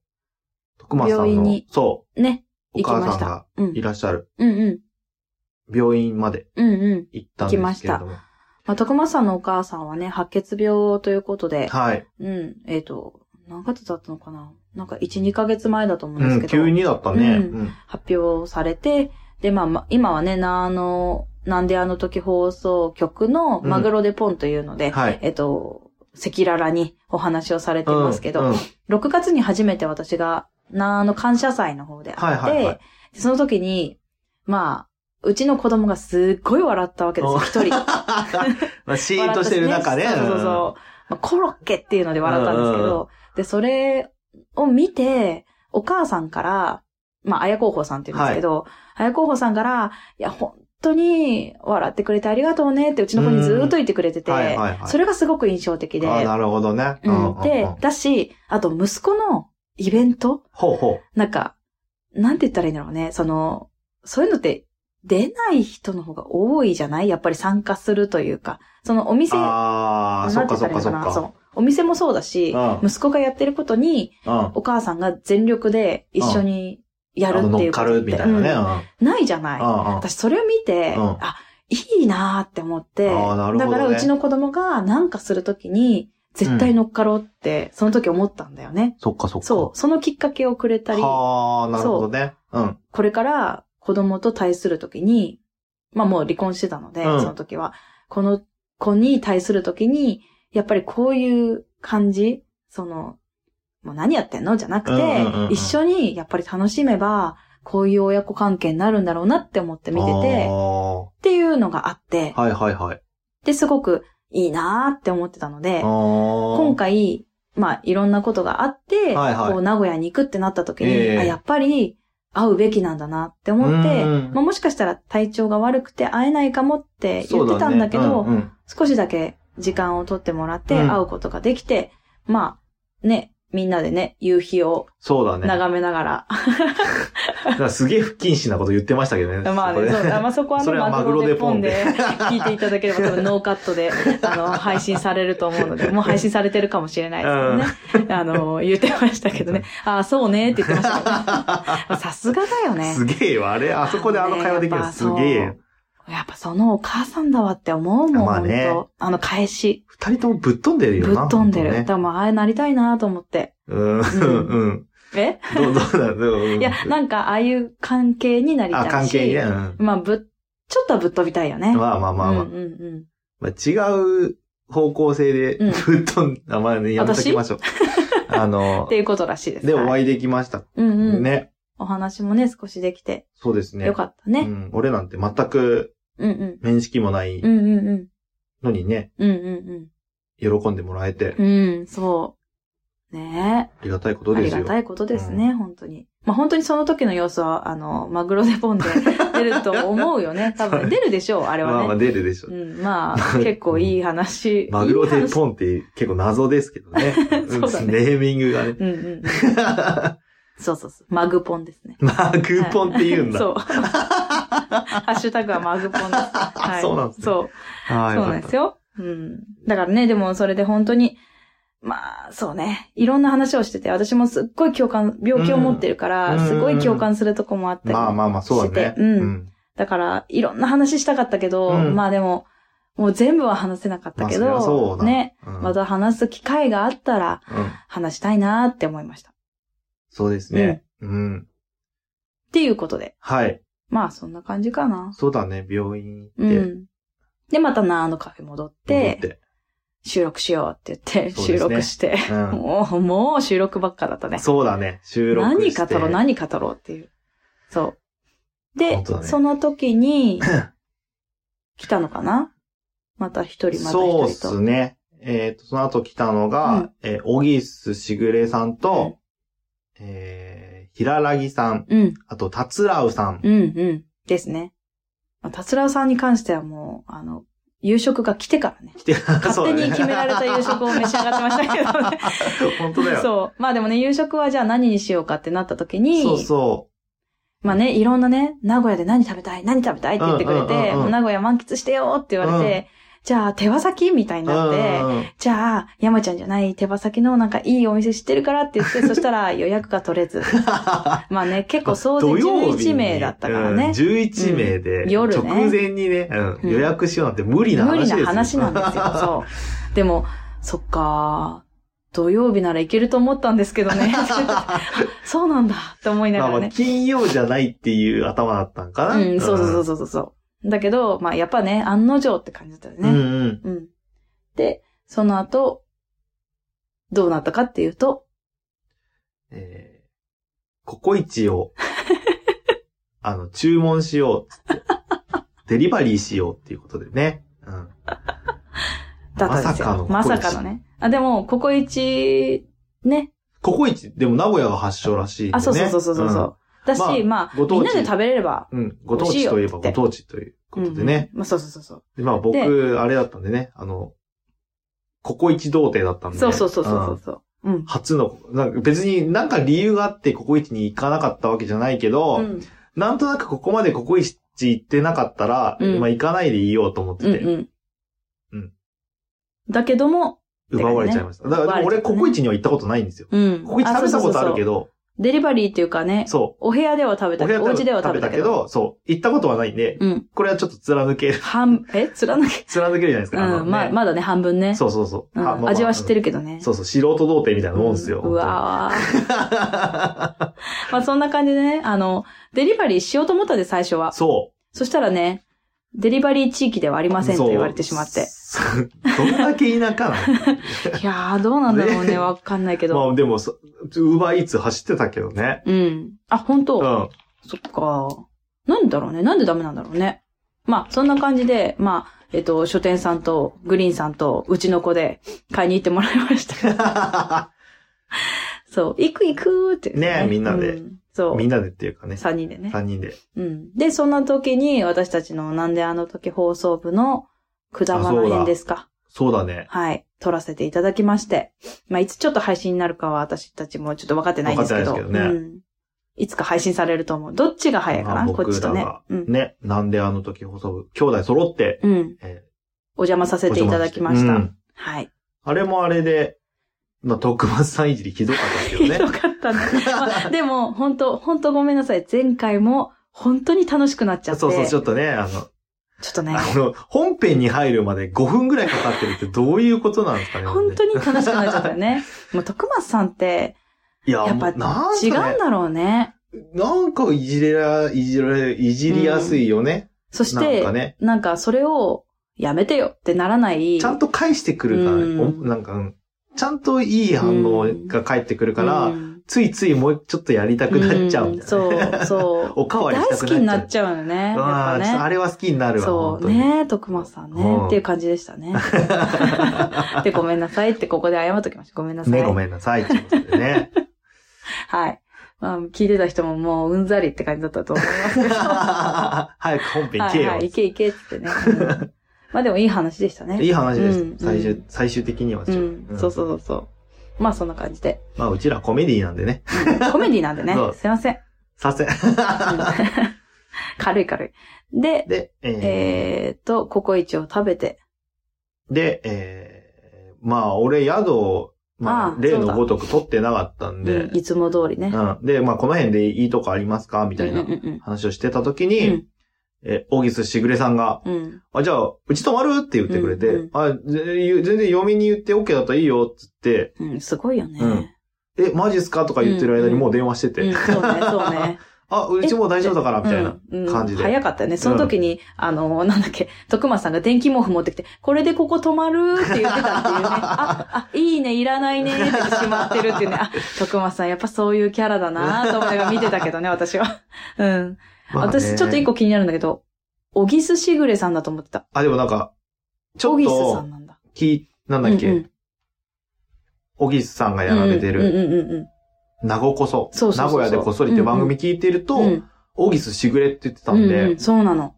A: 徳松さ
B: 病
A: ん
B: 院
A: の
B: に、
A: そ
B: ね。
A: う、お
B: 行き
A: 母
B: ま
A: さ
B: し
A: ん
B: た。
A: が
B: うん。
A: いらっしゃる
B: うんうん。
A: 病院まで
B: うんうん。
A: 行ったんですけれども。
B: まあ、徳間さんのお母さんはね、白血病ということで、
A: はい。
B: うん、えっ、と、何ヶ月だったのかななんか1、2ヶ月前だと思うんで
A: う
B: す
A: ん、
B: けど、
A: 急にだったね。
B: う
A: うんん。
B: 発表されて、で、まあまあ、今はね、なあの、なんであの時放送局の
A: うん
B: マグロでポンというので、
A: はい。
B: えっ、と、赤裸々にお話をされてますけど、
A: うんうん
B: 6月に初めて私がなの感謝祭の方であって、
A: はいはいはい
B: でその時に、まあ、うちの子供がすっごい笑ったわけですよ、
A: お <laughs>
B: 一人。
A: まあ、シーンとしてる中で。
B: 笑ったしね
A: う
B: そうそう
A: ん
B: そう。まあ、コロッケっていうので笑ったんですけ
A: うんう
B: ど、で、それを見て、お母さんから、まあ、綾候補さんって言うんですけど、綾候補さんから、いや、本当に笑ってくれてありがとうねってうちの子にずーっと言ってくれてて、
A: うんはいはいはい
B: それがすごく印象的で、
A: あなるほどね。
B: うん、
A: う
B: で
A: ん、
B: だし、あと息子のイベント
A: ほうほ
B: なんか、なんて言ったらいいんだろうね。その、そういうのって出ない人の方が多いじゃないやっぱり参加するというか。そのお
A: う。
B: 店、
A: ああ、そ
B: な
A: っ
B: んて
A: か
B: 言
A: そ
B: た
A: っ
B: ら
A: か
B: いいの
A: そっ
B: な
A: か。
B: そう。お店もそうだし、
A: う
B: 息子がやってることに、
A: ん。うん。
B: お母さんが全力で一緒にやる
A: あの
B: っ
A: 乗
B: てい
A: っ
B: うこ
A: か
B: とっ
A: る
B: て
A: みたいなね。うん。
B: うん
A: あ
B: ないじゃない。
A: あ
B: 私それを見て、
A: うん
B: あ、いいなーって思って、
A: あーなるほど
B: だ
A: ね
B: からうちの子供がなんかするときに、絶対乗っかろうって、その時思ったんだよね。
A: そっかそっか。
B: そう。そのきっかけをくれたり、
A: はあ、なるほどね。うん。
B: これから子供と対するときに、まあもう離婚してたので、
A: うん
B: その時は、この子に対するときに、やっぱりこういう感じ、その、もう何やってんのじゃなくて、
A: うんうんうんうん
B: 一緒にやっぱり楽しめば、こういう親子関係になるんだろうなって思って見て
A: あ
B: て、
A: あ
B: っていうのがあって、
A: はいはいはい。
B: で、すごくいいなーって思ってたので、今
A: 今
B: 回、まあ、いろんなことがあって、
A: はいはい
B: こう、名古屋に行くってなった時に、
A: ええ
B: あ、やっぱり、会うべきなんだなって思って、
A: うん
B: まあ、もしかしたら体調が悪くて会えないかもって言ってたんだけど、少しだけ時間を取ってもらって
A: うん
B: 会うことができて、まあ、ね、みんなでね、夕日を
A: そうだね。
B: 眺めながら、
A: なんかすげえ不謹慎なこと言ってましたけどね。
B: <laughs> まあ
A: こ
B: ね、
A: れ
B: そうだまあ、そこはね、
A: それは
B: マ
A: マ
B: グ
A: グ
B: ロ
A: ロ
B: で
A: で
B: ポ
A: ポ
B: ン
A: ン
B: で
A: で
B: 聞いていた
A: <laughs>
B: だければ、多分ノーカットで、あの、配信されると思うので、もう配信されてるかもしれないですけどね。あの、言ってましたけどね。ああ、そうねって言ってましたけどね
A: <laughs>
B: まあさすがだよね
A: す。げえよ、あれ。あそこであの会話できる
B: あの
A: の
B: ね
A: すげえ
B: やっ
A: よ
B: ぱ。やっぱそのお母さんだわって思うもん、
A: まあね
B: 本当あの、返し。
A: 二人ともぶっ飛んでるよ
B: ぶっ
A: な。
B: 飛んでる。だ
A: 本
B: か
A: 当ね
B: らもう、ああなりたいなと思って。
A: うん、うん、うん。
B: え
A: どうどうだろう。
B: いや、なんか、ああいう関係になりたい
A: あ、
B: し。
A: 関係ね。うん
B: まあ、ぶっ、ちょっとはぶっ飛びたいよね。
A: まあまあまあまあ
B: うんうんうん。
A: まあ。違う方向性で、
B: うん
A: ぶっ飛ん、あ、まあね、やめときましょう。あ
B: っ
A: の
B: て、いうことらしい <laughs> です。
A: で、お
B: はい
A: 会いできました。
B: うんうん。
A: ね。
B: お話もね、少しできて、
A: そうですね。
B: よかった
A: う
B: ね。
A: ん。俺なんて全く
B: うんうん。
A: 面識もない
B: うんうんうん。
A: のにね、
B: うんうん
A: 喜んでもらえて
B: う、ん。うん、そう。ね
A: ありがたいこ
B: え。
A: と
B: あ
A: で
B: り
A: す
B: が
A: よ。
B: たいことですね、本当に。まあ本当にその時の様子は、あの、マグロでポンで出ると思うよね。多分出るでしょう、あれ
A: ま
B: は
A: あまあ
B: ね。
A: 出るでしょう。
B: うん、まあ、結構いい話。
A: <laughs> マグロ
B: いい
A: で
B: 話。
A: ポンって結構謎ですけどね
B: <laughs> そうだね
A: ネーミングがね。
B: うんうんうん。そうそうそう。マグポンですね。
A: マグポンって言うんだ。
B: そう。 <laughs> ハッシュタグはマグポンです。はい。
A: そうなんですね
B: そう。
A: あー
B: そ
A: よ
B: う
A: か
B: な
A: った
B: んですよ。うん。だからね、でもそれで本当に、まあ、そうね。いろんな話をしてて、私もすっごい共感、病気を持ってるから、
A: うん
B: すごい共感するとこもあったり。
A: まあまあまあ、そうだね。
B: してうん
A: ん。
B: だから、いろんな話したかったけど、
A: うん
B: まあでも、もう全部は話せなかったけど、
A: まあそりゃそうだ
B: ね。
A: うん
B: また話す機会があったら、
A: うん
B: 話したいなーって思いました。っ
A: そうですね。うん。
B: ていうことで。
A: はい。
B: まあ、そんな感じかな。
A: そうだね、病院
B: う
A: 行って。
B: ん。で、またなーのカフェ戻っ
A: 戻
B: て
A: っ、て
B: 収録しようって言って、
A: そう
B: 収
A: ですね
B: 録して。
A: うん
B: もう、もう収録ばっかだったね。
A: そうだね、収録して。
B: 何語ろう、何語ろうっていう。そう。で、
A: 本当だね
B: その
A: <laughs>
B: 時に、来たのかなまた一人、また
A: そう
B: 一
A: っ
B: 人と。
A: すね。えっと、その後来たの
B: う
A: が
B: ん、
A: えー、小木須しぐれさんと、えー、平らぎさん、
B: うん、
A: あと、たつらうさん。
B: うん、うん。ですね。まあ、たつらうさんに関してはもう、あの、夕食が来てから
A: <laughs>
B: ね。
A: 来て、
B: 勝手に決められた夕食を召し上がってましたけど
A: そ
B: ね。
A: うだね <laughs> 本当だよ。
B: そう。まあでもね、夕食はじゃあ何にしようかってなった時に、
A: そうそ
B: まあね、いろんなね、名古屋で何食べたい何食べたいって言ってくれ
A: うんうんう
B: て、
A: んうん
B: もう名古屋満喫してよって言われて、じゃあ手羽先みたいに
A: う。
B: なって、
A: うんうんうん
B: じゃあ、山ちゃんじゃない手羽先のなんかいいお店知ってるからっ
A: <laughs>
B: て言って、そしたら予約が取れず。まあね、結構総勢
A: 土曜日に
B: 11名だったからね
A: うん。11名で、
B: うん夜ね
A: 直前にね、
B: う
A: うんん、予約しようなんて無理な
B: 無
A: 話で
B: 理
A: すよ。
B: な話なんですよ。そう。でも、そっか。土曜日ならいけると思ったんですけど
A: <laughs>
B: ね。そうなんだって思いな
A: ま
B: が
A: あま
B: ら
A: あ、
B: ね。
A: 金曜じゃないっていう頭だったんかな。
B: うん、そうそう
A: う
B: そうそうそう。だけど、まあやっぱね、案の定って感じだったよ
A: ん。う
B: ね。
A: んうん。
B: うん。で、その後、どうなったかっていうと、
A: えココイチを、あの、注文しようっつって。デリバリーしようっていうことでね。うん。
B: だったんですよ。
A: ま
B: ま
A: さかのココイチ
B: さかのね。あ、でも、ココイチ、ね。
A: ココイチ、でも名古屋が発祥らしいんで、ね。
B: あ、そうそうそうそうそう。だし、まあ、
A: ご当
B: み
A: 地
B: んなで食べれれば。
A: うん。うん。ご当地といえばご
B: 美味しいよって
A: 当地ということでね。
B: うん。まあ、そうそうそうそう。
A: でまあ僕、あれだったんでね、あの、ココイチ童貞だったんで。
B: そうそうそうそ
A: ん
B: うそう。うん。
A: 初の、なんか別になんか理由があってココイチに行かなかったわけじゃないけど、
B: うん。
A: なんとなくここまでココイチ行ってなかったら、
B: うん
A: まあ行かないでいいようと思って
B: うん
A: て、
B: うん。
A: うん
B: だけども、
A: 奪われちゃいました。だからでも俺
B: 奪われちゃったね
A: ココイチには行ったことないんですよ。
B: うん。
A: ココイチ食べたことあるけ
B: ど。
A: ど、
B: デリバリーっていうかね、
A: そ
B: お部屋では食べ
A: う。
B: たけど、お
A: お部屋
B: 家では食べたけど。
A: そう。行ったことはないんで、
B: うん。
A: これはちょっと貫ける、 <laughs>
B: 半、え貫け。
A: 貫けるじゃないです
B: う
A: か。あの
B: ん。まあ、
A: ね
B: まだね、半分ね。
A: そうそうそう。
B: うん
A: あまあまあ
B: 味は知ってるけどね。
A: そうそう、素人童貞みたいなもんですよ。
B: うんうわー
A: 本当に
B: まあそんな感じでね、あの、デリバリーしようと思ったんで最初 <laughs> は。
A: そう。
B: そしたらね、デリバリー地域ではありませんって言われてしまっ
A: そう。
B: て。
A: <laughs> そうどんだけ田舎なの
B: いやー、どうなんだろう
A: ね <laughs>
B: ね、わかんない <laughs> けど。
A: まあでもそ、ウーバーイーツ走ってたけどね。
B: うん。あ、本当、
A: うん。
B: そっか。なんだろうね。なんでダメなんだろうね。まあ、そんな感じで、まあ、えっと、書店さんと、グリーンさんと、うちの子で、買いに行ってもらいました。
A: <laughs>
B: そう。行く行くーって、
A: ねえみんなで
B: うんそう
A: み。んなでっていうかね。
B: 3人でね。
A: 三人で。
B: うん。で、そんな時に、私たちのなんであの時放送部の、くだま
A: あそ
B: の
A: うだ
B: 編ですか。
A: そうだね。
B: はい。撮らせていただきまして。まあ、いつちょっと配信になるかは私たちもちょっと分かってないんですけど。
A: 分かってないです
B: うん。いつか配信されると思う。どっちが早いか
A: まあ
B: な、こっちとね
A: 僕らが。
B: うん。
A: ね。なんであの時放送部、兄弟揃って、
B: うん。
A: え
B: お邪魔させ
A: ー
B: ていただきました。
A: うん
B: はい。
A: あれもあれで、まあ、徳松さんいじりひどかったですけ
B: ひ
A: ど
B: ど
A: ね。
B: かったね。まあでも、本当本当ごめんなさい。前回も、本当に楽しくなっちゃって。
A: そうそう、
B: ち
A: ち
B: ょ
A: ょっとね、あの、
B: っとね。
A: あの、本編に入るまで5分ぐらいかかってるってどういうことなんですかね。
B: 本当に楽しくなっちゃったよね。
A: <laughs>
B: もう、徳松さんって、
A: いや、
B: やっ
A: も
B: ぱ
A: うなん
B: 違うん
A: かね、
B: だろうね。
A: なんかいじれら、いじられ、いじりやすいよね。
B: そし
A: なん
B: て、
A: かね、
B: なんかそれをやめてよってならない。
A: ちゃんと返してくるから、
B: うん
A: おなんか、うんちゃんといい反応が返ってくるから、
B: うん
A: ついついもうちょっとやりたくなっちゃうみたいなね、
B: うんそう、そう。
A: <laughs> おかわりし
B: 大
A: た
B: 好
A: く
B: きにな
A: な
B: っ
A: っち
B: ちゃうよね。やっ
A: あ
B: ぱ
A: あ、ちょっとあ
B: ね。
A: れは好きになるわ、
B: そ
A: 本
B: う
A: 当に。
B: ね、徳間さん
A: う
B: ね
A: ん。
B: っていう感じでした
A: <laughs>
B: ね。で、ごめんなさいってここで謝っときました。ごめんなさい。
A: ね、ごめんなさいっていうことで
B: <laughs>
A: ね。
B: はい。まあ、聞いてた人ももううんざりって感じだったと思いますけど。
A: 早く本編行
B: は
A: け
B: い
A: よ。
B: はいい、いけいけっつってね。うんまあでもいい話でしたね。
A: い話です、
B: うん
A: 最
B: う
A: 終
B: ん。
A: 最終的には、
B: うん、そうそう
A: う
B: そ
A: ん。
B: うそう。まあそんな感じで。
A: まあ、うちらコメディなんでね。 <laughs>
B: うんコメディなんでね
A: そう。
B: すいません。 <laughs>
A: させ。
B: 軽い軽い。で、
A: で、えー
B: えーっと、ココイチを食べて。
A: で、えーまあ、俺宿を、まあ、
B: ああ
A: 例のごとく取ってなかったんで、
B: うんいつも通りね。
A: うん。で、まあ、この辺でいいとこありますかみたい
B: うん
A: な
B: うん
A: 話をしてた時に、
B: うん
A: え、オギスしぐれさんが、
B: うんうん。
A: あ、じゃあ、うち泊まるって言ってくれて、
B: うんうん
A: あ、ぜ全然嫁に言って OK だったらいいよっつって、
B: うん、うん、すごいよね。
A: う
B: うん
A: え、マジっすかとか言ってる間にもう電話してて、
B: ん、そうね、そ
A: <laughs>
B: うね。
A: あ、うちもう大丈夫だから、みたいな。
B: うん
A: 感じで
B: うん早かったよね。その時に、あの、なんだっけ、徳間さんが電気毛布持ってきて、これでここ止まるって言ってたっていうね。
A: <laughs>
B: あ、あ、いいね、いらないね、ってしまってるっていうね。あ、徳間さん、やっぱそういうキャラだなと思いながら見てたけどね、私は。うん。
A: まあね
B: 私、ちょっと一。個気になるんだけど、小木すしぐれさんだと思ってた。
A: あ、でもなんか、ちょ
B: 小
A: っ
B: 木すさ
A: と
B: ん、なんだ。
A: き、なんだっ
B: うんうん
A: け、オギスさんがやられて
B: うん
A: る、
B: うんうんうん
A: 名護こそ、
B: そうそうそうそう
A: 名古屋でこっそりって番組聞いてると、
B: うん。
A: オギスしぐれって言ってたん
B: うう
A: で、
B: そうなの。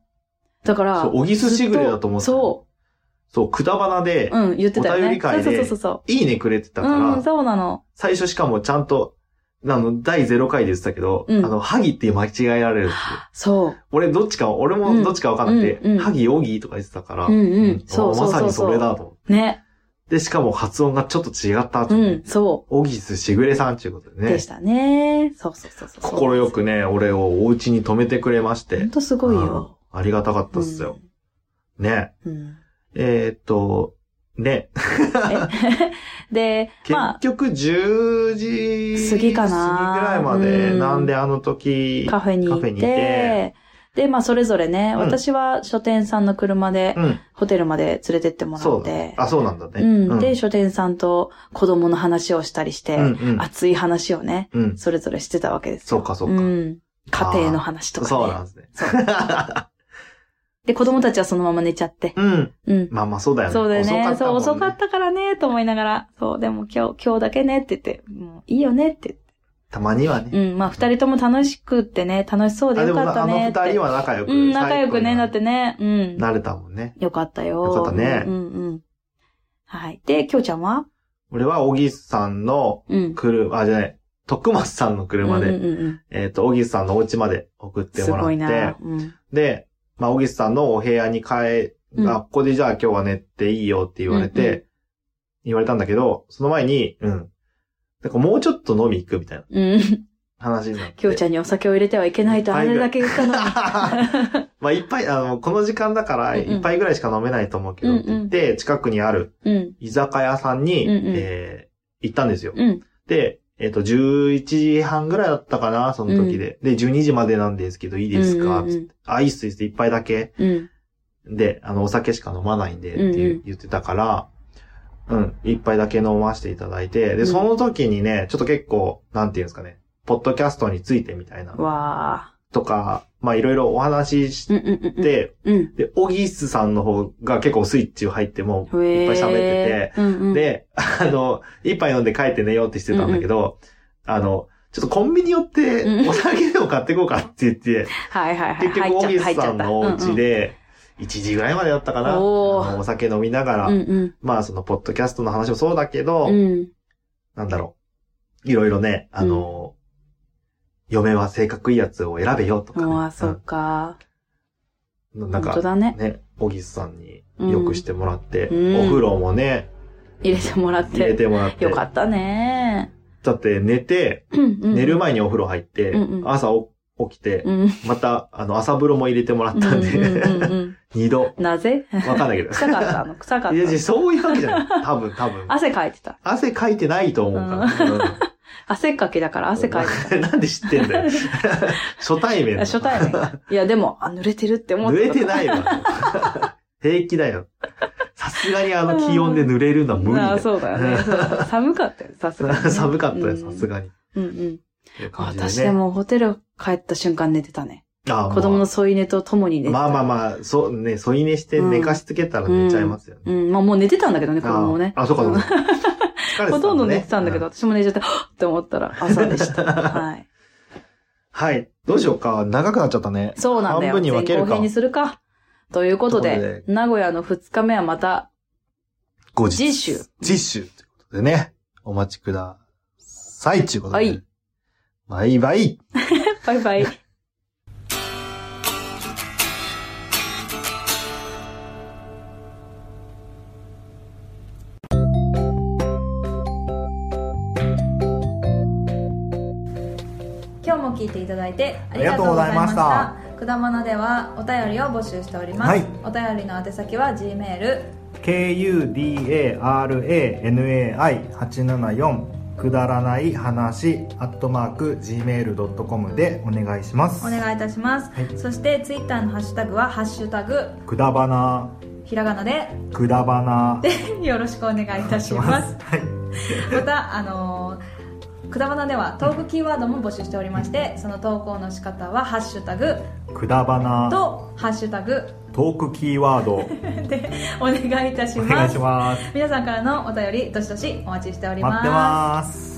B: だから、
A: そう、オギスしぐれだと思ってた。
B: そ
A: そう、くだばなで
B: う。、うん、言ってたよ
A: お便
B: ね
A: り。会で
B: そうそうそうそ
A: いいねくれてた
B: う。
A: か
B: うん、
A: ら、
B: そうなの。
A: 最初しかもちゃんと、あの、第0回で言ってたけど、
B: うん
A: あの、ハギって間違えられるっていう。
B: そう。
A: 俺どっちか、俺もどっちかわかんなく
B: うんうん
A: て、ハギ、ヨギとか言ってたから、
B: うんうん
A: あ
B: そうそうそうそう
A: まさにそれだと思って。
B: ね。
A: で、しかも発音がちょっと違ったと
B: う
A: 思って。
B: ん、そ
A: オギスしぐれさんっていうことで
B: う。
A: ね。
B: でしたね。そうそうそうそう。
A: 心よくね、俺をお家に泊めてくれまし
B: ほん
A: て。
B: とすごいよ。
A: うんありがたかったっすよ。ね。
B: うん。うん。
A: えーっと、ね。
B: えで、
A: 結
B: まあ、
A: 局10時
B: 過ぎかな
A: 過ぎぐらいまで、
B: うん
A: なんであの時、
B: カフェに
A: カ
B: 行
A: フェ
B: っ
A: にい
B: て
A: て、
B: で、まあそれぞれね、
A: うん
B: 私は書店さんの車で
A: うん。
B: ホテルまで連れてってもら
A: そう
B: っ
A: だ
B: て
A: ね。、あ、そうなんだね。
B: うん。で、書店さんと子供の話をしたりして、
A: うんうん。
B: 熱い話をね、
A: うん。
B: それぞれしてたわけです
A: そ
B: よ。
A: うか、そう
B: う
A: か。
B: ん。家庭の話とか、ね。
A: そうなんですね。
B: で、子供たちはそのまま寝ちゃって。
A: うん。
B: うん。
A: まあまあ、そうだよね。
B: そうだよね。そう、遅か
A: たもん
B: ったからね、と思いながら。そう、でも今日、今日だけねって言って、もういいよねって。
A: たまにはね。
B: うん、まあ二人とも楽しくってね、楽しそうで
A: あ、で
B: よ
A: も
B: かった
A: あの
B: ね
A: 二
B: って。
A: 人は仲良く。
B: うん、仲良くね、
A: 最
B: だ
A: 高
B: っ
A: に
B: てね。うん。
A: なれたもんね。
B: よかったよ。
A: よかったね
B: うんうんうん。はい。で、きょうちゃんは
A: 俺は、小木さんの
B: うん。
A: 車、あ、じゃない、徳松さんの車
B: うん
A: で、
B: うんうん
A: えっと、小木さんのお家まで送っ
B: うん。
A: て
B: す
A: もら
B: ごい
A: っ
B: な
A: て。、
B: うん。
A: で、まあ、小木さんのお部屋に帰、
B: うん
A: あ、ここでじゃあ今日は寝ていいよって言われ
B: うんうん
A: て、言われたんだけど、その前に、うん。なんかもうちょっと飲み行くみたいな
B: うん。 <laughs>
A: 話になって。
B: きょうちゃんにお酒を入れてはいけないとあれだけ言った
A: <laughs>
B: のに。<laughs>
A: まあ、一杯、あの、この時間だから、
B: うんうん
A: 一杯ぐらいしか飲めないと思うけど、って言って、近くにある
B: うん。
A: 居酒屋さんに、
B: うんうん
A: えー行ったんですよ。
B: うん。
A: で、えっ、と、11時半ぐらいだったかな、その時で。で、12時までなんですけど、いいですか、
B: うんうんうん
A: あ、いいっす、いいっす、一杯だけ。
B: うん。
A: で、あの、お酒しか飲まないんで、って
B: うんう
A: い
B: ん
A: う言ってたから、うん、一杯だけ飲ませていただいて、
B: う
A: で、
B: ん
A: その時にね、ちょっと結構、なんていうんですかね、ポッドキャストについてみたいな、
B: わ
A: とか、まあ、いろいろお話しし
B: ー。うんうんうん。、
A: て、
B: うん。
A: で、オギスさんの方が結構スイッチ入ってもういっぱい喋って
B: て。うん
A: て、
B: うん。、
A: で、あの、一杯飲んで帰って寝ようってしてたんだけど、あの、ちょっとコンビニ寄って
B: うん
A: お酒でも買ってこうかって言っ
B: <laughs>
A: て、
B: はいはいはい。
A: 結局オギ
B: 入
A: ス
B: っち
A: さ
B: ゃった
A: んのお家。で、1時ぐらいまでだったかな。あ
B: おー
A: のお酒飲みながら、
B: 入っちゃったうん
A: まあそのポッドキャストの話もそうだけど、
B: うん。うん。
A: なんだろう。いろいろね、あの、嫁は性格いいやつを選べよとか、
B: う
A: ね。
B: ん。あ、そっか。
A: うんなん
B: 本
A: か、
B: 当だね。
A: ね、小木さんによくしてもらって、
B: うん
A: お風呂もね、
B: 入れてもらっ
A: 入れ
B: て。
A: てもらって。
B: よかったね。
A: だって寝て、
B: うんうん。
A: 寝る前にお風呂入って、
B: うんうん
A: 朝お起きて、
B: うん。うん
A: また、あの、朝風呂も入れてもらったん
B: うんうん
A: で、
B: うん
A: <laughs> 二度。
B: なぜ
A: わかん
B: <laughs>
A: ないけど。
B: 臭かったの臭かっ
A: いや、
B: た。
A: そういうわけじゃない。多分、多分。
B: 汗かいてた。
A: 汗かいてないと思うから。
B: 汗っかきだから汗かいてた。
A: て <laughs> なんで知ってん
B: <laughs>
A: だよ。初対面だ。
B: 初対面。いや、でも、あ、濡れてるって思っ
A: 濡
B: て
A: れ
B: た。
A: てないわ。平気だよ。さすがにあの気温で濡れるのは無理
B: あ
A: だ
B: あ、そうだよね。そうだ寒かったよ、さすがにね、
A: よ。 <laughs> 寒かったよ、さす
B: が。
A: がに。
B: うんうん。
A: っていう感じ
B: 私でもホテル帰った瞬間寝てたね。
A: あ
B: 子供の添い寝と共に寝てた。
A: まあまあまあ、そうね、添い寝して寝かしつけたら寝ちゃいますよね。
B: うん、まあもう寝てたんだけどね、子供もね。
A: ああ、そうかそう
B: <laughs>
A: か。
B: ん
A: 疲れてただね
B: ほとんど寝てたんだけど、。私も寝ちゃって、はっって思ったら朝でした。
A: <laughs>
B: はい。
A: はい。どうしようか。長くなっちゃったね。
B: そうなんだよ。
A: 半分に分けるか
B: 前後編にするか。ということ
A: という
B: で
A: こ、
B: 名古屋の2日目はまた、
A: 後日。
B: 次週。
A: 実習ということでね。お待ちください。ということで。
B: はい。
A: バイバイ。
B: バイバイ。今日も聞いていただいてありがとうございました
A: あ。
B: くだまなではお便りを募集しております。
A: はい
B: お便りの宛先は G メール
A: kudaranai874 くだらない話アットマーク gmail.com でお願いします
B: お願いいたします。
A: はい
B: そしてツイッターのハッシュタグはハッシュタグ
A: くだばな
B: ひらがなで
A: くだばな
B: よろしくお願いいたします。
A: <laughs> はい
B: またあのーくだばなではトークキーワードも募集しておりましてその投稿の仕方は「ハッシュタグ
A: くだば」な
B: と「ハッシュタグ
A: トークキーワー
B: <laughs>
A: ド」
B: でお願いいたし
A: お
B: ま
A: 願い
B: す
A: します
B: 皆さんからのお便りどしどしお待ちしており
A: 待ってます